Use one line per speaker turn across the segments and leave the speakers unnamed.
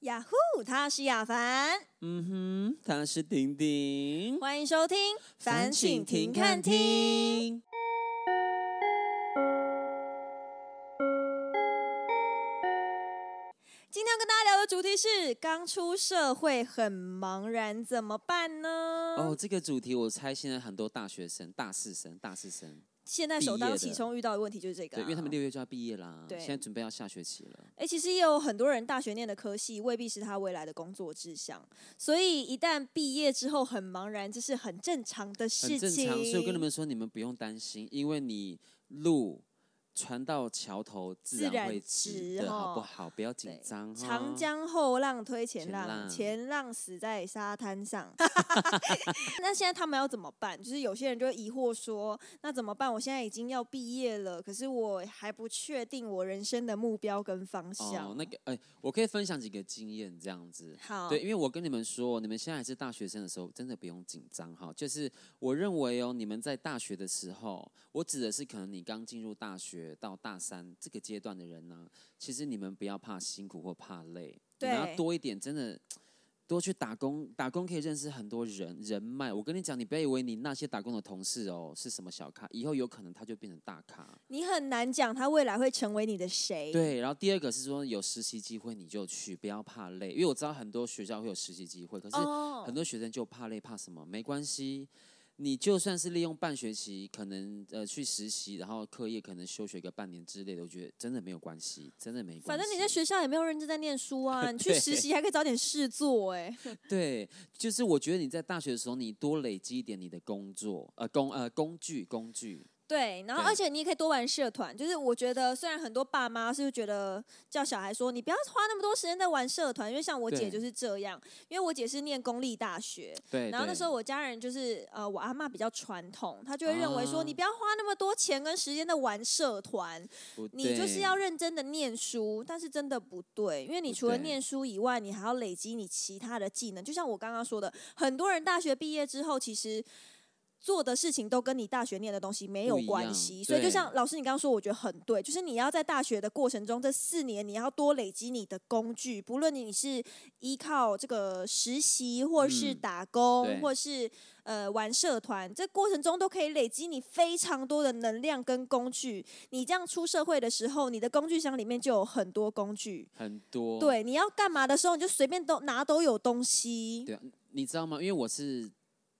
雅虎，他是亚凡，
嗯哼，他是婷婷，
欢迎收听《
烦请
停
停看
听》。
听。
今天要跟大家聊的主题是刚出社会很茫然怎么办呢？
哦，这个主题我猜现在很多大学生、大四生、大四生，
现在
毕
首当
业
其
的
冲遇到的问题就是这个、啊，
对，因为他们六月就要毕业啦，
对
现在准备要下学期了。
哎、其实也有很多人大学念的科系未必是他未来的工作志向，所以一旦毕业之后很茫然，这是很正常的事
很
情。
正常，所以我跟你们说，你们不用担心，因为你路传到桥头
自
自然
然
会
直
直的，好不
吼
好？不要紧
对
张。
长
哈
江后浪推前
嗯前
浪，前浪
浪
死在沙滩 上。那现在他们要怎么办？就是有些人就会疑惑说，那怎么办？我现在已经要毕业了，可是我还不确定我人生的目标跟方向。
哦，那个哎、我可以分享几个经验，这样子。
好，
对，因为我跟你们说，你们现在还是大学生的时候，真的不用紧张哈。就是我认为哦，你们在大学的时候，我指的是可能你刚进入大学到大三这个阶段的人呢、其实你们不要怕辛苦或怕累，你
对
们要多一点，真的多去打工，打工可以认识很多人人脉。我跟你讲，你不要以为你那些打工的同事哦是什么小咖，以后有可能他就变成大咖。
你很难讲他未来会成为你的谁。
对，然后第二个是说有实习机会你就去，不要怕累，因为我知道很多学校会有实习机会，可是
哦，
很多学生就怕累怕什么，没关系，你就算是利用半学期，可能呃去实习，然后课业可能休学个半年之类的，我觉得真的没有关系，真的没关系。
反正你在学校也没有认真在念书 啊，你去实习还可以找点事做哎、
对，就是我觉得你在大学的时候，你多累积一点你的工作呃工呃工具工具，
对，然后
对
而且你也可以多玩社团，就是我觉得虽然很多爸妈是觉得叫小孩说你不要花那么多时间在玩社团，因为像我姐
对
就是这样，因为我姐是念公立大学，
对。
然后那
对
时候我家人就是呃我阿妈比较传统，她就会认为说
啊
你不要花那么多钱跟时间在玩社团，
不
你就是
对
要认真的念书，但是真的不对，因为你除了
对
念书以外，你还要累积你其他的技能。就像我刚刚说的，很多人大学毕业之后，其实做的事情都跟你大学念的东西没有
不一
关
样
系。所以，就
对
像老师你刚刚说，我觉得很对，就是你要在大学的过程中，这四年你要多累积你的工具，不论你是依靠这个实习，或是
嗯
打工，
对
或是呃玩社团，这过程中都可以累积你非常多的能量跟工具。你这样出社会的时候，你的工具箱里面就有很多工具。
很多
对，你要干嘛的时候，你就随便都拿都有东西。
对啊，你知道吗？因为我是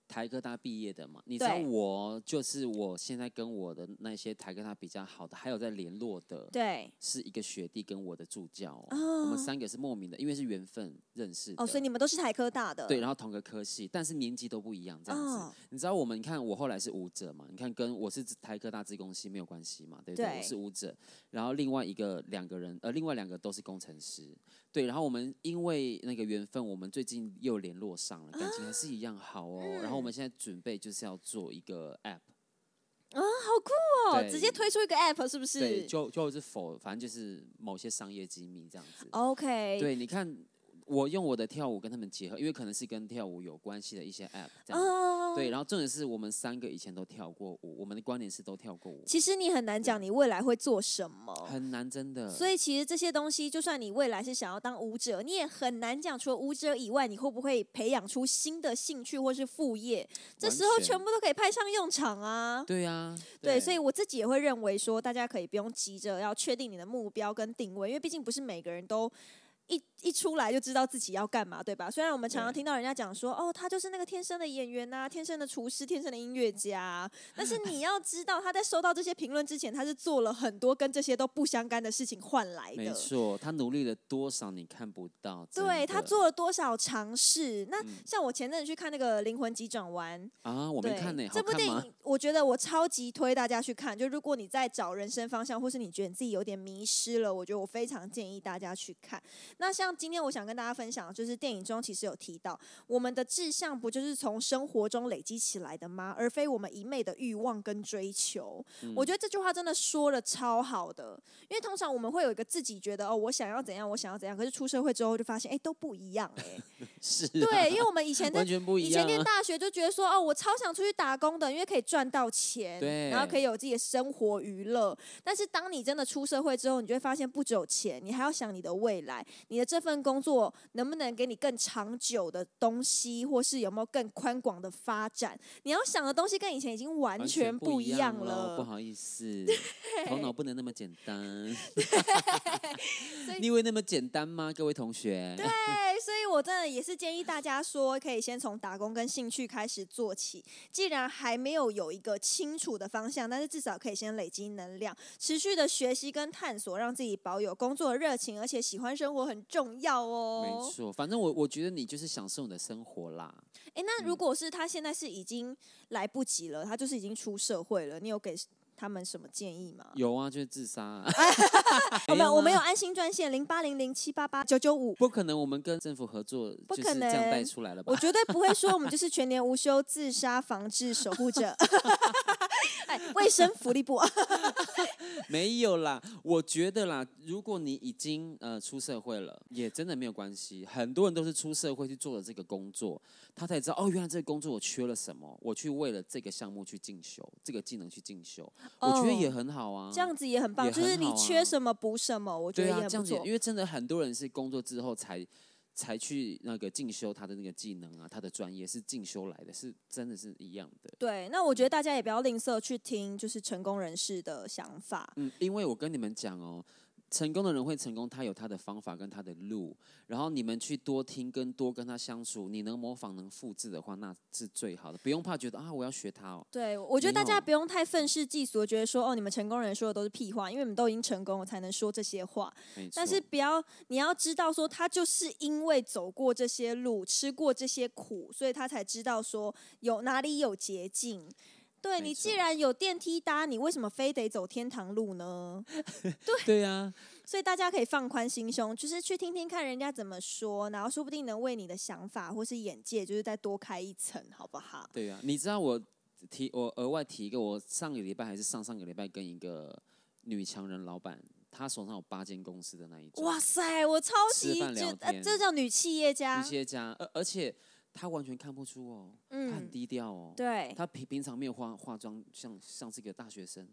台科大毕业的嘛，你知道
对
我就是我现在跟我的那些台科大比较好的，还有在联络的，
对
是一个学弟跟我的助教、哦，
哦
我们三个是莫名的，因为是缘分认识的。
哦，所以你们都是台科大的。
对，然后同个科系，但是年级都不一样，这样子。
哦
你知道我们，你看我后来是舞者嘛，你看跟我是台科大自工系没有关系嘛，对不对？
对
我是舞者，然后另外一个两个人，呃，另外两个都是工程师，对。然后我们因为那个缘分，我们最近又联络上了，感情还是一样好哦。
嗯
然后我们现在准备就是要做一个 app，
啊哦，
对
直接推出一个 app 是不
对，
是
就就是否，反正就是某些商业机密这样子。
？OK。
对，你看我用我的跳舞跟他们结合，因为可能是跟跳舞有关系的一些 app 这样子。
哦。
对，然后重点是我们三个以前都跳过舞，我们的观点是都跳过舞，
其实你很难讲你未来会做什么。
很难真的。
所以其实这些东西，就算你未来是想要当舞者，你也很难讲。除了舞者以外，你会不会培养出新的兴趣或是副业？这
完
时候
全
全部都可以派上用场啊。
对啊，
对，所以我自己也会认为说，大家可以不用急着要确定你的目标跟定位，因为毕竟不是每个人都。一一出来就知道自己要干嘛，对吧？虽然我们常常
对
听到人家讲说，哦，他就是那个天生的演员呐、天生的厨师，天生的音乐家 啊，但是你要知道，他在收到这些评论之前，他是做了很多跟这些都不相干的事情换来
没
的。
错，他努力了多少你看不到，真
对他
的
做了多少尝试？那
嗯
像我前阵子去看那个《灵魂急转弯》，
啊，我
对，
没看呢，好
这部
看
电
吗？
影我觉得我超级推大家去看。就如果你在找人生方向，或是你觉得你自己有点迷失了，我觉得我非常建议大家去看。那像今天我想跟大家分享，就是电影中其实有提到，我们的志向不就是从生活中累积起来的吗？而非我们一昧的欲望跟追求。我
嗯
觉得这句话真的说的超好的，因为通常我们会有一个自己觉得哦，我想要怎样，我想要怎样，可是出社会之后就发现，哎，都不一样哎、
是啊、
对，因为我们以前在
完全不一
以前
样、
念
啊。
大学就觉得说，哦，我超想出去打工的，因为可以赚到钱，
对
然后可以有自己的生活娱乐。但是当你真的出社会之后，你就会发现，不只有钱，你还要想你的未来，你的这份工作能不能给你更长久的东西，或是有没有更宽广的发展？你要想的东西跟以前已经完全
啊不
不一
样
样
咯不
了。
好意思，头脑不能那么简单。
所以
你以为那么简单吗，各位同学？
对，所以我真的也是建议大家说，可以先从打工跟兴趣开始做起。既然还没有有一个清楚的方向，但是至少可以先累积能量，持续的学习跟探索，让自己保有工作的热情，而且喜欢生活很重要
没
哦。
错，反正我我觉得你就是享受你的生活啦。
诶，
嗯
那如果是他现在是已经来不及了，他就是已经出社会了，你有给他们什么建议吗？
有啊，就是自 杀、啊。
我们我们
没
哦有
有啊
安心专线零八零零七八八九九五。
不可能，我们跟政府合作
不
就是
可
这样带
能
出来 了吧
我？绝对不会说我们就是全年无休自杀防治守护者，哎，卫生福利部
没有啦，我觉得啦，如果你已经呃出社会了，也真的没有关系。很多人都是出社会去做了这个工作，他才知道哦，原来这个工作我缺了什么，我去为了这个项目去进修，这个技能去进修，我觉得也
哦
很好啊。
这样子也很棒，
也
就是
很
你
好啊
缺什么补什么，我觉
对
得
啊，
也
这
很
样
不
子也，
错。
因为真的很多人是工作之后才才去那个进修他的那个技能啊，他的专业是进修来的，是真的是一样的。
对，那我觉得大家也不要吝啬去听，就是成功人士的想法。
嗯，因为我跟你们讲哦，成功的人会成功，他有他的方法跟他的路，然后你们去多听跟多跟他相处，你能模仿能复制的话，那是最好的，不用怕觉得啊我要学他哦。
对，我觉得大
没
家
有
不用太愤世嫉俗，觉得说哦，你们成功人说的都是屁话，因为你们都已经成功了才能说这些话。
没错，
但是不要，你要知道说，他就是因为走过这些路，吃过这些苦，所以他才知道说有哪里有捷径。对
没
你既
错
然有电梯搭，你为什么非得走天堂路呢？
对啊，
所以大家可以放宽心胸，就是去听听看人家怎么说，然后说不定能为你的想法或是眼界，就是再多开一层，好不好？
对啊，你知道我提我额外提一个，我上个礼拜还是上上个礼拜跟一个女强人老板，她手上有八间公司的那一种，
哇塞，我超
吃
级
饭
就
聊
呃，
天
这叫女企业家
一，些家，而而且她完全看不出哦，她很
嗯，
低调哦，
对，
他平平常没有化化妆，像像是一个大学生，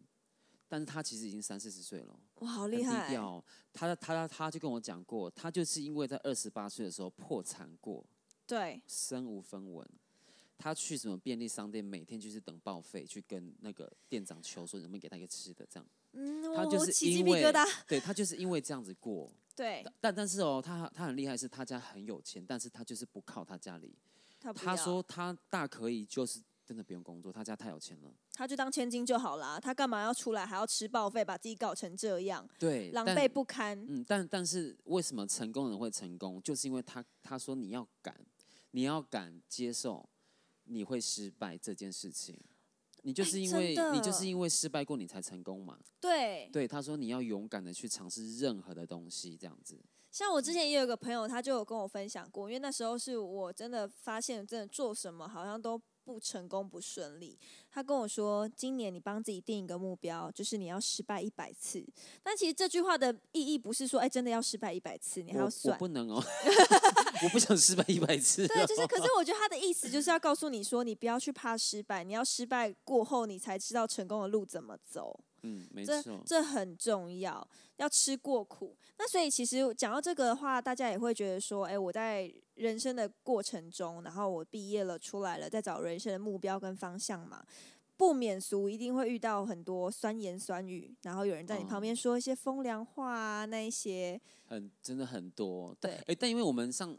但是他其实已经三四十岁了哦，
哇，好
很
厉
低
害，
调哦。他他他就跟我讲过，他就是因为在二十八岁的时候破产过，
对，
身无分文。他去什么便利商店，每天就是等报废，去跟那个店长求说能不能给他一个吃的，这样。
嗯，
他
我
就
我
是
起鸡
因
皮
为
疙 瘩，，
对他就是因为这样子过。
对，
但但是哦，他他很厉害，是他家很有钱，但是他就是不靠他家里。
他不
他
要
说他大可以就是真的不用工作，他家太有钱了。
他就当千金就好啦，他干嘛要出来还要吃报废，把自己搞成这样，
对，
狼
但
狈不堪？
嗯，但但是为什么成功的人会成功？就是因为他他说你要敢，你要敢接受你会失败这件事情。你就
哎
是因
真
为、你就
的哎
是因为失败过，你才成功嘛。
对，
对，他说你要勇敢的去尝试任何的东西，这样子。
像
嗯
我之前也有一个朋友，他就有跟我分享过，因为那时候是我真的发现，真的做什么好像都不成功、不顺利。他跟我说，今年你帮自己定一个目标，就是你要失败一百次。但其实这句话的意义不是说，哎，真的要失败一百次，你还
我
要
我
算。
不 能哦，我不想失败一百次、哦。
对，就是，可是我觉得他的意思就是要告诉你说，你不要去怕失败，你要失败过后，你才知道成功的路怎么走。
嗯，没
这
错，
这很重要，要吃过苦。那所以其实讲到这个的话，大家也会觉得说，哎，我在人生的过程中，然后我毕业了出来了，在找人生的目标跟方向嘛。不免俗，一定会遇到很多酸言酸语，然后有人在你旁
嗯
边说一些风凉话啊，那一些
很真的很多。
对
哎、但因为我们上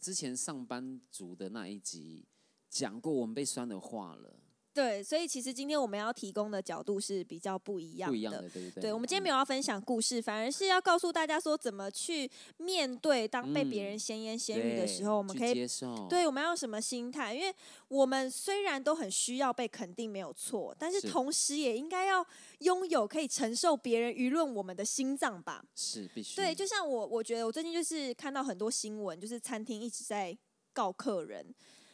之前上班族的那一集讲过，我们被酸的话了，
对，所以其实今天我们要提供的角度是比较不一样
不一样
的
的，对不对？
对，我们今天
嗯
没有要分享故事，反而是要告诉大家说怎么去面对当被别
嗯
人闲言闲语的时
对
候，我们
去
可以
接受，
对，我们要有什么心态？因为我们虽然都很需要被肯定，没有错，但是
是
同时也应该要拥有可以承受别人舆论我们的心脏吧。
是必须
对，就像我，我觉得我最近就是看到很多新闻，就是餐厅一直在告客人，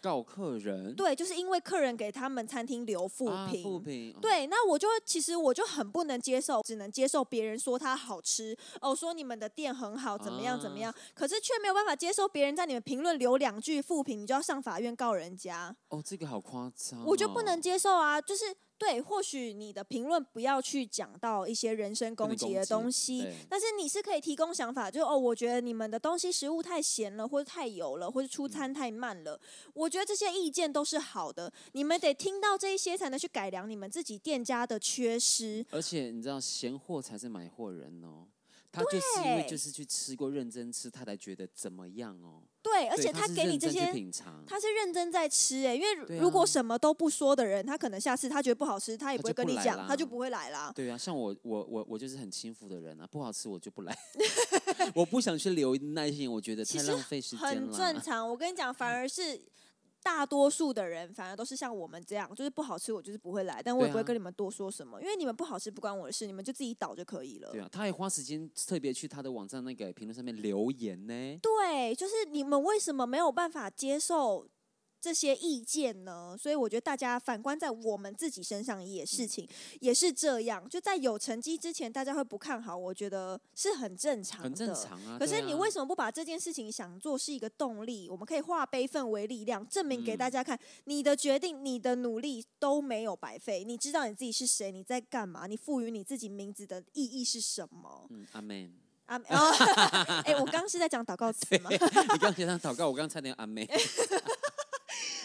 告客人，
对，就是因为客人给他们餐厅留负
啊，
评，
负评，哦，
对，那我就其实我就很不能接受，只能接受别人说它好吃哦，说你们的店很好，怎么样怎么样，可是却没有办法接受别人在你们评论留两句负评，你就要上法院告人家，
哦，这个好夸张哦，
我就不能接受啊！就是对，或许你的评论不要去讲到一些人身攻
能
击
攻
的
击
东西。
对
但是你是可以提供想法，就哦，我觉得你们的东西食物太咸了，或者太油了，或者
嗯
出餐太慢了。我觉得这些意见都是好的，你们得听到这一些，才能去改良你们自己店家的缺失。
而且你知道，闲货才是买货人哦。他就是因为
对就是
就是去吃过，认真吃，他才觉得怎么样哦。
对，而
对
且
他是
给你
认
这
真去
些。
品尝，
他是认真在吃欸诶、因为
对
如果
啊
什么都不说的人，他可能下次他觉得不好吃，他也
他
不会
就
跟
不
你
来
讲，他
啦
就不会来啦。
对啊，像我我我我就是很轻浮的人啊，不好吃我就不来， 我不想去留耐心，我觉得
其
太
实
浪费时间嗯
很正
了。啊
常。我跟你讲，反而是大多数的人，反而都是像我们这样，就是不好吃我就是不会来，但我也
对啊
不会跟你们多说什么，因为你们不好吃不关我的事，你们就自己倒就可以了。
对啊，他还花时间特别去他的网站那个评论上面留言呢。
对，就是你们为什么没有办法接受？这些意见呢？所以我觉得大家反观在我们自己身上也事
嗯
情、也是这样，就在有成绩之前，大家会不看好，我觉得是很正常的，
很正常啊。
可
对
是你
啊
为什么不把这件事情想做是一个动力？我们可以化悲愤为力量，证明给大
嗯
家看，你的决定、你的努力都没有白费。你知道你自己是谁，你在干嘛，你赋予你自己名字的意义是什么？
嗯，阿 妹，你
啊，哦 哎、我刚刚是在讲祷告词吗？
刚刚想祷告，我刚刚差点阿妹。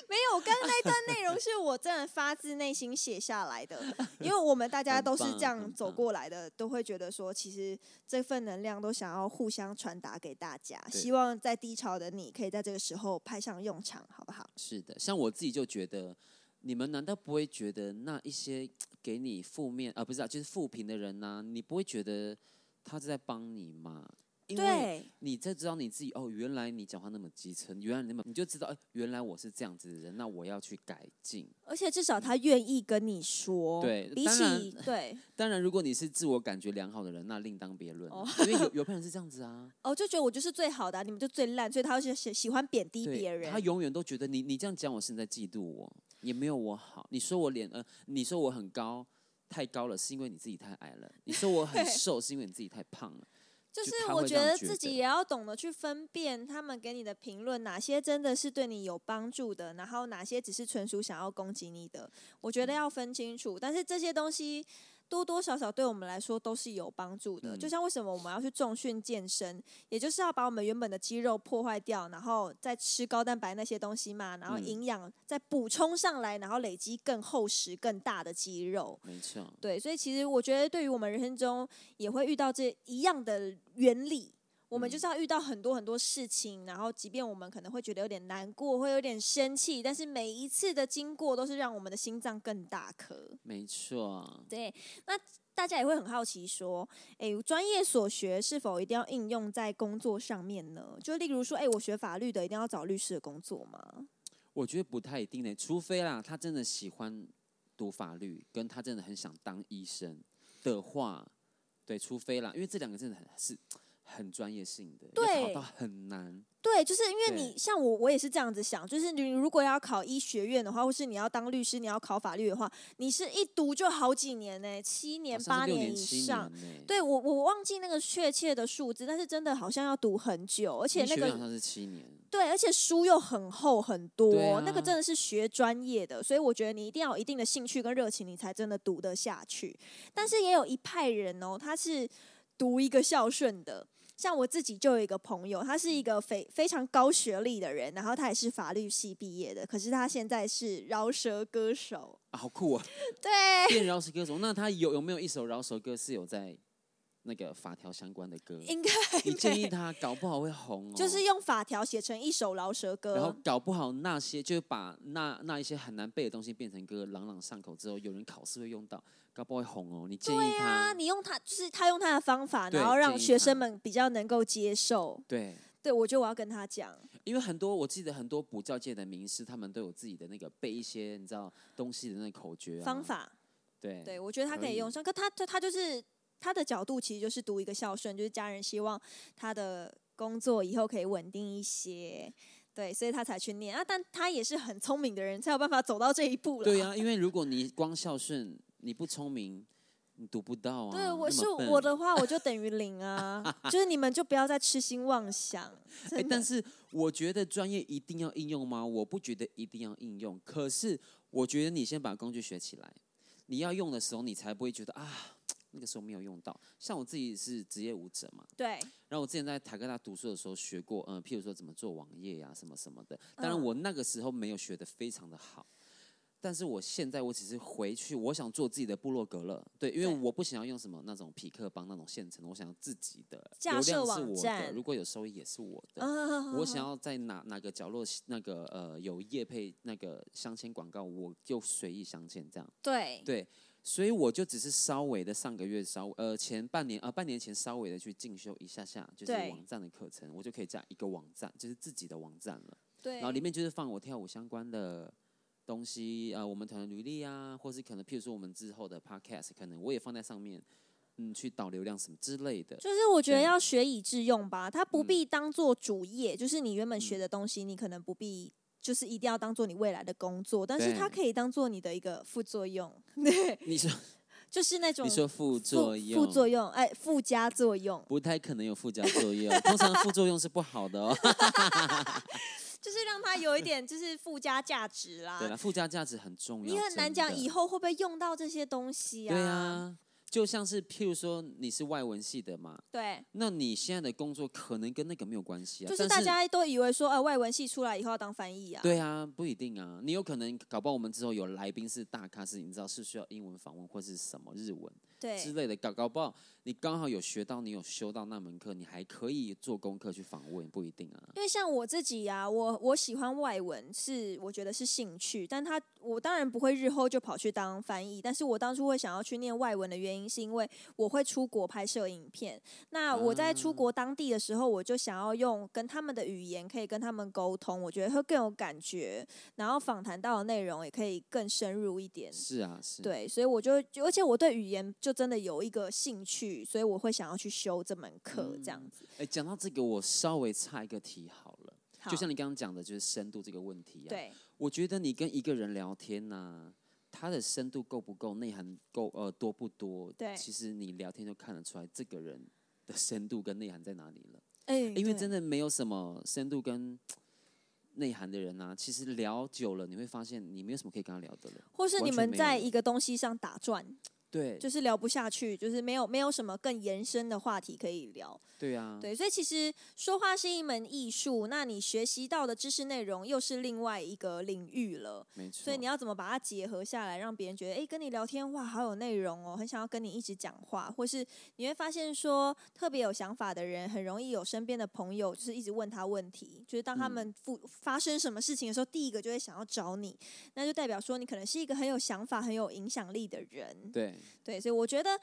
没有，我刚刚那一段内容是我真的发自内心写下来 的，因为我们大家
很
都是
棒
这样
很
走
棒
过来的，都会觉得说，其实这份能量都想要互相传达给大家。
对
希望在低潮的你可以在这个时候派上用场，好不好？
是的，像我自己就觉得，你们难道不会觉得那一些给你负面啊，不是啊，就是负评的人呐、你不会觉得他是在帮你吗？因为
对，
你在知道你自己哦，原来你讲话那么机车，原来你那么你就知道，哎、原来我是这样子的人，那我要去改进。
而且至少他愿意跟你说，
对
比
当然
起 对
当然，如果你是自我感觉良好的人，那另当别论啊、
哦
因为有有些人是这样子啊，
哦，就觉得我就是最好的啊、你们就最烂，所以他就喜喜欢贬低别
对，
人
他。永远都觉得你你这样讲我是你在嫉妒我，也没有我好。你说我脸呃，你说我很高太高了，是因为你自己太矮了；你说我很
对
瘦，是因为你自己太胖了。
就
就是他
我
会
觉
这样
得
觉
自己
得
也要懂得去分辨他们给你的评论，哪些真的是对你有帮助的，然后哪些只是纯属想要攻击你的。我觉
嗯
得要分清楚，但是这些东西。多多少少对我们来说都是有帮助的，就
嗯
像为什么我们要去重训健身，也就是要把我们原本的肌肉破坏掉，然后再吃高蛋白那些东西嘛，然后
嗯
营养再补充上来，然后累积更厚实、更大的肌肉。
没错，
对，所以其实我觉得，对于我们人生中也会遇到这一样的原理。我们就是要遇到很多很多事情，然后即便我们可能会觉得有点难过，会有点生气，但是每一次的经过都是让我们的心脏更大颗。
没错。
对，那大家也会很好奇说，诶，专业所学是否一定要应用在工作上面呢？就例如说，诶，我学法律的一定要找律师的工作吗？
我觉得不太一定呢、欸除非啦，他真的喜欢读法律，跟他真的很想当医生的话，对，除非啦，因为这两个真的很是很专业性的，要
对
考到很难。
对，就是因为
对
你像我，我也是这样子想，就是你如果要考医学院的话，或是你要当律师，你要考法律的话，你是一读就好几年呢、七
好
年、
像
八
哦是六
以
七
上。
年欸呢、
对我，我忘记那个确切的数字，但是真的好像要读很久，而且
医
那
学院好
个
像是七年。
对，而且书又很厚很多，
对啊
那个真的是学专业的，所以我觉得你一定要有一定的兴趣跟热情，你才真的读得下去。但是也有一派人哦，他是读一个孝顺的。像我自己就有一个朋友，他是一个非非常高学历的人，然后他也是法律系毕业的，可是他现在是饶舌歌手。
啊，好酷啊！
对，
变饶舌歌手， 那他有有没有一首饶舌歌是有在那个法条相关的歌？
应该
你建
没
议他搞不好会红哦，
就是用法条写成一首饶舌
然后
歌。
搞不好那些就是把那那一些很难背的东西变成歌，朗朗上口之后，有人考试会用到，搞不好会红哦。你建议
对啊，
他？
你用他就是他用他的方法，
对
然后让
建议
学生
他
们比较能够接受。
对，
对，我觉得我要跟他讲。
因为很多我记得很多补教界的名师，他们都有自己的那个背一些你知道东西的那个口诀、啊、
方。法。
对
对，我觉得他
可
可以用
以
上，可他他他就是他的角度其实就是读一个孝顺，就是家人希望他的工作以后可以稳定一些。对，所以他才去念啊。但他也是很聪明的人，才有办法走到这一步了。
对呀、因为如果你光孝顺，你不聪明，你读不到啊。
对，我
那
是
么笨
我的话，我就 等于零啊，就是你们就不要再痴心妄想。
哎、
真的，
但是我觉得专业一定要应用吗？我不觉得一定要应用，可是我觉得你先把工具学起来，你要用的时候，你才不会觉得啊，那个时候没有用到。像我自己是职业舞者嘛，
对，
然后我之前在台科大读书的时候学过，嗯、譬如说怎么做网页呀、什么什么的。当然，
嗯
我那个时候没有学的非常的好，但是我现在我只是回去，我想做自己的部落格了，对，因为
对
我不想要用什么那种匹克帮那种现成的，我想要自己的
架
流
设
量是
网
我的，
站
如果有收益也是我的。
嗯
我想要在哪哪个角落那个呃有业配那个镶嵌广告，我就随意镶嵌这样。
对
对，所以我就只是稍微的上个月稍呃前半年啊、半年前稍微的去进修一下下，就是
对
网站的课程，我就可以加一个网站，就是自己的网站了。
对，
然后里面就是放我跳舞相关的东西，呃，我们团的履历啊，或是可能譬如说我们之后的 podcast，可能我也放在上面，嗯，去导流量什么之类的。
就是我觉得
对
要学以致用吧，它不
嗯
必当做主业，就是你原本学的东西，你可能不必。就是一定要当做你未来的工作，但是它
对
可以当做你的一个副作用，
你说
就是那种
你说副作用，
副作用，哎，附加作用，
不太可能有附加作用，通常副作用是不好 的哦。
就是让它有一点就是附加价值啦。
对啦，附加价值很重要。
你很难
真
讲
的
以后会不会用到这些东西
对啊，就像是譬如说你是外文系的嘛，
对，
那你现在的工作可能跟那个没有关系啊。
就是
啊但
大家都以为说，呃，外文系出来以后要当翻译啊。
对啊，不一定啊，你有可能搞不好我们之后有来宾是大咖，是你知道是需要英文访问或是什么日文之
对
类的，搞搞不好你刚好有学到，你有修到那门课，你还可以做功课去访问，不一定啊。
因为像我自己啊，我我喜欢外文是我觉得是兴趣，但他我当然不会日后就跑去当翻译，但是我当初会想要去念外文的原因是因为我会出国拍摄影片，那我在出
啊
国当地的时候，我就想要用跟他们的语言可以跟他们沟通，我觉得会更有感觉，然后访谈到的内容也可以更深入一点。
是啊，是。
对，所以我就，就而且我对语言就真的有一个兴趣，所以我会想要去修这门课，这样子。
哎，讲到这个，我稍微岔一个题好了，
好
就像你刚刚讲的，就是深度这个问题啊。
对
我觉得你跟一个人聊天呐、他的深度够不够，内涵够呃多不多？
对
其实你聊天就看得出来这个人的深度跟内涵在哪里了。
哎、
因为真
的
的没有什么深度跟内涵的人呐、其实聊久了你会发现你没有什么可以跟他聊的了。
或是
完
你
全
们
没
在
有
一个东西上打转，
对，
就是聊不下去，就是没有没有什么更延伸的话题可以聊。
对啊，
对，所以其实说话是一门艺术，那你学习到的知识内容又是另外一个领域了。
没错。
所以你要怎么把它结合下来，让别人觉得，哎、跟你聊天哇，好有内容哦，很想要跟你一直讲话，或是你会发现说，特别有想法的人，很容易有身边的朋友，就是一直问他问题，就是当他
嗯
们发发生什么事情的时候，第一个就会想要找你，那就代表说你可能是一个很有想法、很有影响力的人。
对
对，所以我觉得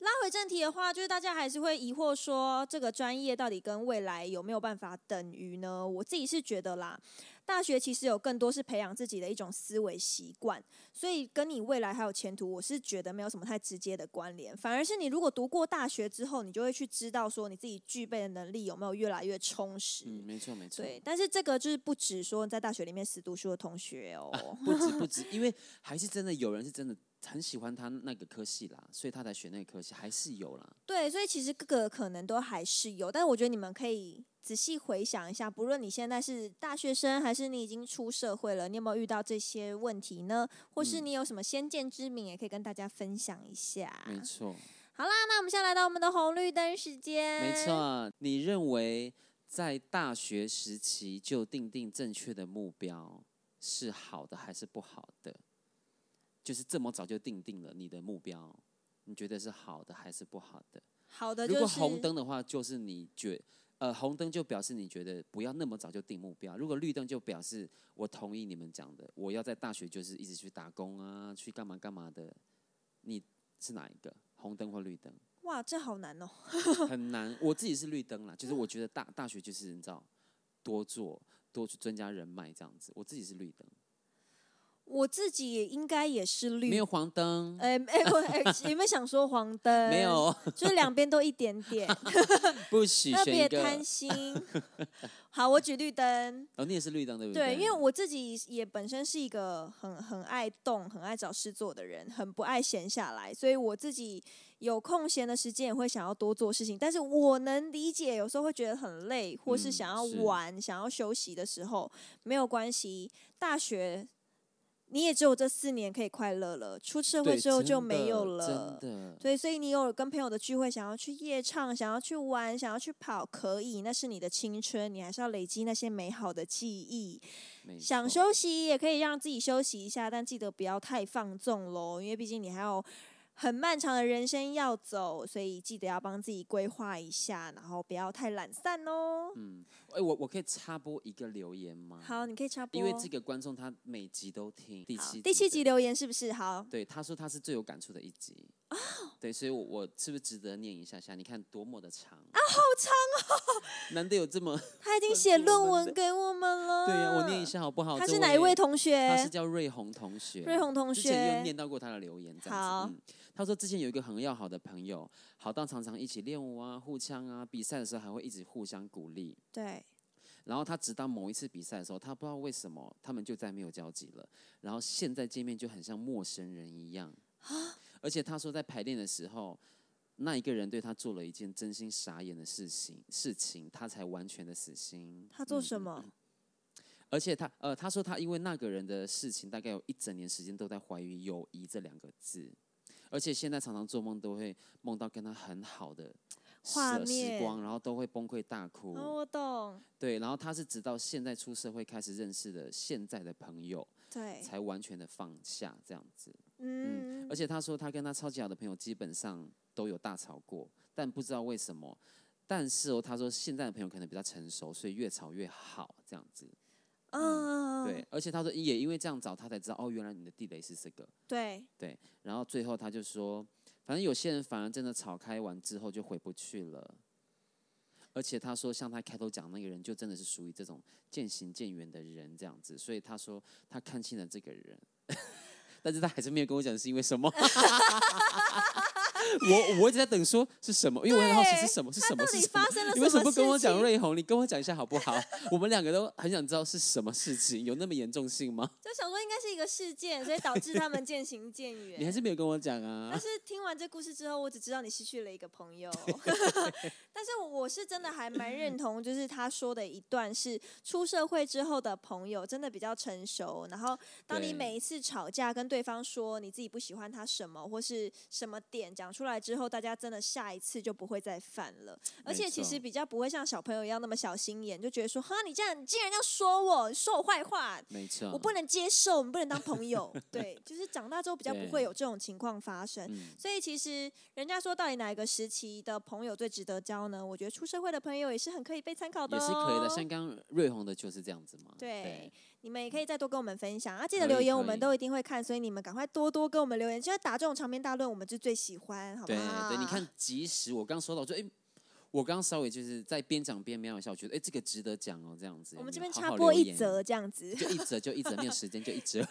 拉回正题的话，就是大家还是会疑惑说，这个专业到底跟未来有没有办法等于呢？我自己是觉得啦，大学其实有更多是培养自己的一种思维习惯，所以跟你未来还有前途，我是觉得没有什么太直接的关联。反而是你如果读过大学之后，你就会去知道说你自己具备的能力有没有越来越充实。
嗯，没错没错。
对，但是这个就是不止说在大学里面死读书的同学哦，
不止不止，因为还是真的有人是真的很喜欢他那个科系啦，所以他才选那个科系，还是有啦。
对，所以其实各个可能都还是有，但是我觉得你们可以仔细回想一下，不论你现在是大学生，还是你已经出社会了，你有没有遇到这些问题呢？或是
嗯
你有什么先见之明，也可以跟大家分享一下。
没错。
好啦，那我们现在来到我们的红绿灯时间。
没
嗯
错，你认为在大学时期就定定正确的目标是好的还是不好的？就是这么早就定定了你的目标，你觉得是好的还是不好的？
好的，
如
呃就
果
是
红灯的话，就是你觉呃红灯就表示你觉得不要那么早就定目标；如果绿灯就表示我同意你们讲的，我要在大学就是一直去打工啊，去干嘛干嘛的。你是哪一个？红灯或绿灯？
哇，这好难哦。
很难。 我自己是绿灯啦，就是我觉得大大学就是你知道，多做多去增加人脉这样子。我自己是绿灯，
我自己也应该也是绿，
没有黄灯，
哎哎不哎，有没有想说黄灯？
没，有，
就是两边都一点点，
不许
特
选
别
一个。
贪 心。好，我举绿灯。
哦，你也是绿灯对不
对，
对，
因为我自己也本身是一个很很爱动、很爱找事做的人，很不爱闲下来，所以我自己有空闲的时间也会想要多做事情。但是我能理解，有时候会觉得很累，或是
嗯
想要
是
玩、想要休息的时候，没有关系。大学你也只有这四年可以快乐了，出社会
对
之后就
真
没有
的
了。
真的。
对，所以你有跟朋友的聚会，想要去夜唱，想要去玩，想要去跑，可以，那是你的青春，你还是要累积那些美好的记忆。
没
想
错
休息也可以让自己休息一下，但记得不要太放纵喽，因为毕竟你还有很漫长的人生要走，所以记得要帮自己规划一下，然后不要太懒散哦。
嗯，哎、我我可以插播一个留言吗？
好，你可以插播。
因为这个观众他每集都听第
好
七
第七
的
集留言是不是好？
对，他说他是最有感触的一集。
哦
对，所以我，我是不是值得念一下下？你看多么的长啊，好长哦！难得有这么……
他已经
关
写
哦注我
论
们
文
的
给我们了。
对呀、啊我念一。下好不好？
嗯他
这
是哪一位同
他是
学？
叫瑞红同学。
瑞红同
之前
学
又。念到过他的留言，这
好
样子。嗯，他说之前有一个很要好的朋友，好到常常一起练舞啊、互呛啊，比赛的时候还会一直互相鼓励。
对，
然后他直到某一次比赛的时候，他不知道为什么他们就再没有交集了。然后现在见面就很像陌生人一样。
啊
而且他说在排练的时候，那一个人对他做了一件真心傻眼的事情，事情他才完全的死心。
他做
嗯
什
嗯
么？
而且他呃，他说他因为那个人的事情，大概有一整年时间都在怀疑友谊这两个字，而且现在常常做梦都会梦到跟他很好的
画
时
面
时光，然后都会崩溃大哭。
哦，我懂，
对，然后他是直到现在出社会开始认识的现在的朋友，
对，
才完全的放下这样子。
嗯，
而且他说他跟他超级好的朋友基本上都有大吵过，但不知道为什么。但是哦，他说现在的朋友可能比较成熟，所以越吵越好这样子。
嗯，
对，而且他说也因为这样找他才知道哦，原来你的地雷是这个。
对，
然后最后他就说，反正有些人反而真的吵开完之后就回不去了。而且他说，像他开头讲那个人，就真的是属于这种渐行渐远的人这样子。所以他说他看清了这个人， 但是他还是没有跟我讲是因为什么。 我我一直在等说是什么，因为我很好奇是什么是什么
到
是
底
什
发
么。
生了
你为什么
么
不跟我
事情
讲瑞红？你跟我讲一下好不好？我们两个都很想知道是什么事情，有那么严重性吗？
就想说应该是一个事件，所以导致他们渐行渐
你还
远。
是没有跟我讲啊
但。是听完这故事之后，我只知道你失去了一个朋 友。但是我是真的还蛮认同，就是他说的一段是出社会之后的朋友真的比较成熟。然后当你
对
每一次吵架跟对方说你自己不喜欢他什么或是什么点讲出来之后，大家真的下一次就不会再犯了。而
没
且其实
错
比较不会像小朋友一样那么小心眼，就觉得说哈你这样你竟然这样说我，你说我坏话，
没错，
我不能接受，我们不能当朋 友。对，就是长大之后比较不会
对
有这种情况发生。
嗯，
所以其实人家说到底哪一个时期的朋友最值得交呢？我觉得出社会的朋友也是很可以被参考的、
也
哦，
是可以的。像刚刚瑞红的就是这样子嘛。
对你们也可以再多跟我们分享啊，记得
可
留
以
言，
可
我们
以
都一定会看，所以你们赶快多多跟我们留言，就要打这种长篇大论，我们就最喜欢，好不
对
好？
对，你看，即使我刚收到，我就哎。我刚稍微就是在边讲边瞄一下，我觉得哎、这个值得讲哦，这样子。
我们
有
这边
没有好
插
好
播
留
一
言，
则这样 子。
就一折就一折，没有时间就一 折。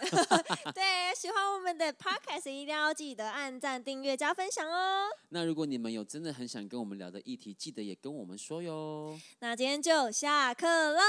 对，喜欢我们的 podcast 一定要记得按赞、订阅、加分享哦。
那如果你们有真的很想跟我们聊的议题，记得也跟我们说哟。
那今天就下课喽。